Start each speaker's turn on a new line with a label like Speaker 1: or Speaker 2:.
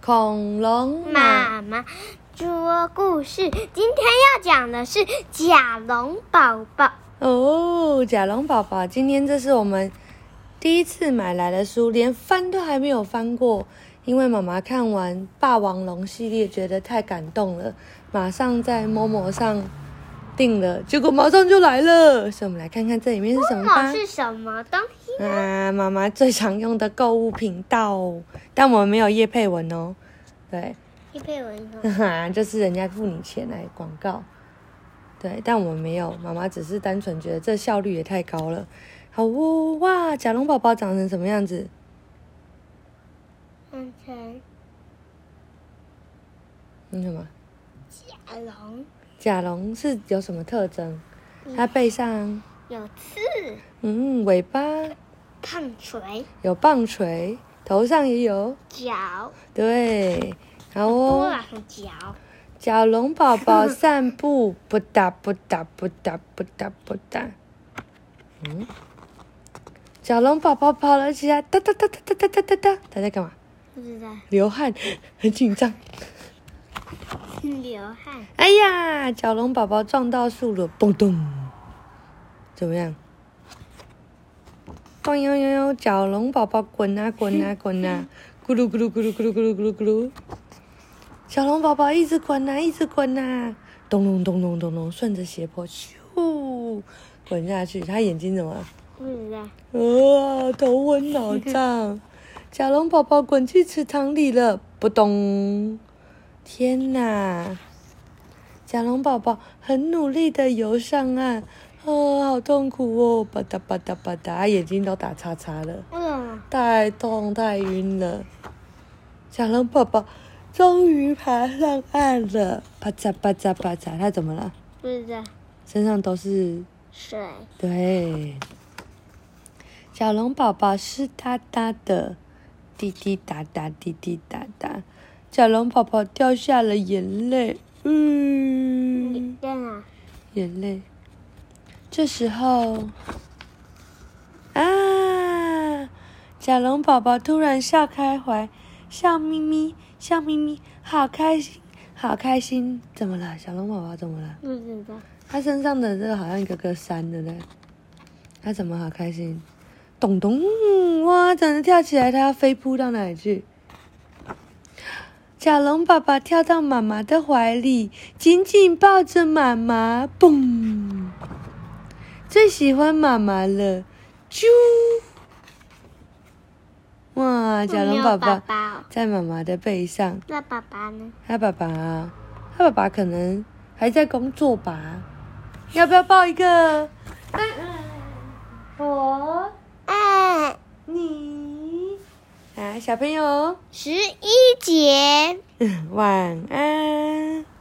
Speaker 1: 恐龙妈
Speaker 2: 妈妈说故事，今天要讲的是甲龙宝宝。
Speaker 1: 哦，甲龙宝宝，今天这是我们第一次买来的书，连翻都还没有翻过，因为妈妈看完《霸王龙》系列觉得太感动了，马上在某某上订了，结果马上就来了，所以我们来 看看这里面是什么吧
Speaker 2: 某。是什么东西？
Speaker 1: 啊，妈妈最常用的购物频道，但我们没有叶配文哦。对，
Speaker 2: 叶佩文说
Speaker 1: 就是人家付你钱来广告。对，但我们没有，妈妈只是单纯觉得这效率也太高了。好哦，哇，甲龙宝宝长成什么样子？
Speaker 2: 换成
Speaker 1: 你嗯什么？
Speaker 2: 甲龙，
Speaker 1: 甲龙是有什么特征？它背上，
Speaker 2: 有刺，
Speaker 1: 嗯，尾巴
Speaker 2: 胖锤，
Speaker 1: 有棒槌，头上也有。
Speaker 2: 脚，
Speaker 1: 对，好
Speaker 2: 多
Speaker 1: 哦。
Speaker 2: 了是脚，
Speaker 1: 小龙宝宝 散步，不哒不哒不哒不哒不哒。嗯，小龙宝宝跑了起来，哒哒哒哒哒哒哒哒哒。他在干嘛？
Speaker 2: 不知道，
Speaker 1: 流汗，很紧张。
Speaker 2: 流汗，
Speaker 1: 哎呀，小龙宝宝撞到树了，嘣咚！怎么样？晃悠悠悠，小龙宝宝滚啊滚啊滚啊，咕噜咕噜咕噜咕噜咕噜咕噜咕噜。小龙宝宝一直滚啊，一直滚啊，咚隆咚隆咚隆，顺着斜坡咻滚下去。他眼睛怎么了？
Speaker 2: 不知道，
Speaker 1: 呃，头昏脑胀，小龙宝宝滚去池塘里了，扑咚！天哪！小龙宝宝很努力的游上岸，哦，好痛苦哦，吧嗒吧嗒吧嗒，眼睛都打叉叉了，
Speaker 2: 为什么？
Speaker 1: 太痛太晕了。小龙宝宝终于爬上岸了，吧嗒吧嗒吧嗒，他怎么了？
Speaker 2: 不知道，
Speaker 1: 身上都是
Speaker 2: 水，
Speaker 1: 对，小龙宝宝湿哒哒的，滴滴答答，滴滴答答。小龙宝宝掉下了眼泪，嗯，
Speaker 2: 在哪？
Speaker 1: 眼泪。这时候，啊，小龙宝宝突然笑开怀，笑眯眯，笑眯眯，好开心，好开心。怎么了？小龙宝宝怎么了？
Speaker 2: 不知道，
Speaker 1: 他身上的这个好像一个个山的嘞，他怎么好开心？咚咚，哇！整个跳起来，他要飞扑到哪里去？小龙爸爸跳到妈妈的怀里，紧紧抱着妈妈，嘣！最喜欢妈妈了，啾！哇！小龙宝
Speaker 2: 我没有
Speaker 1: 宝
Speaker 2: 爸爸哦，
Speaker 1: 在妈妈的背上，
Speaker 2: 那爸爸呢？
Speaker 1: 他爸爸啊，他爸爸可能还在工作吧？要不要抱一个？我
Speaker 2: 爱
Speaker 1: 你啊，小朋友，
Speaker 2: 十一节。
Speaker 1: 晚安。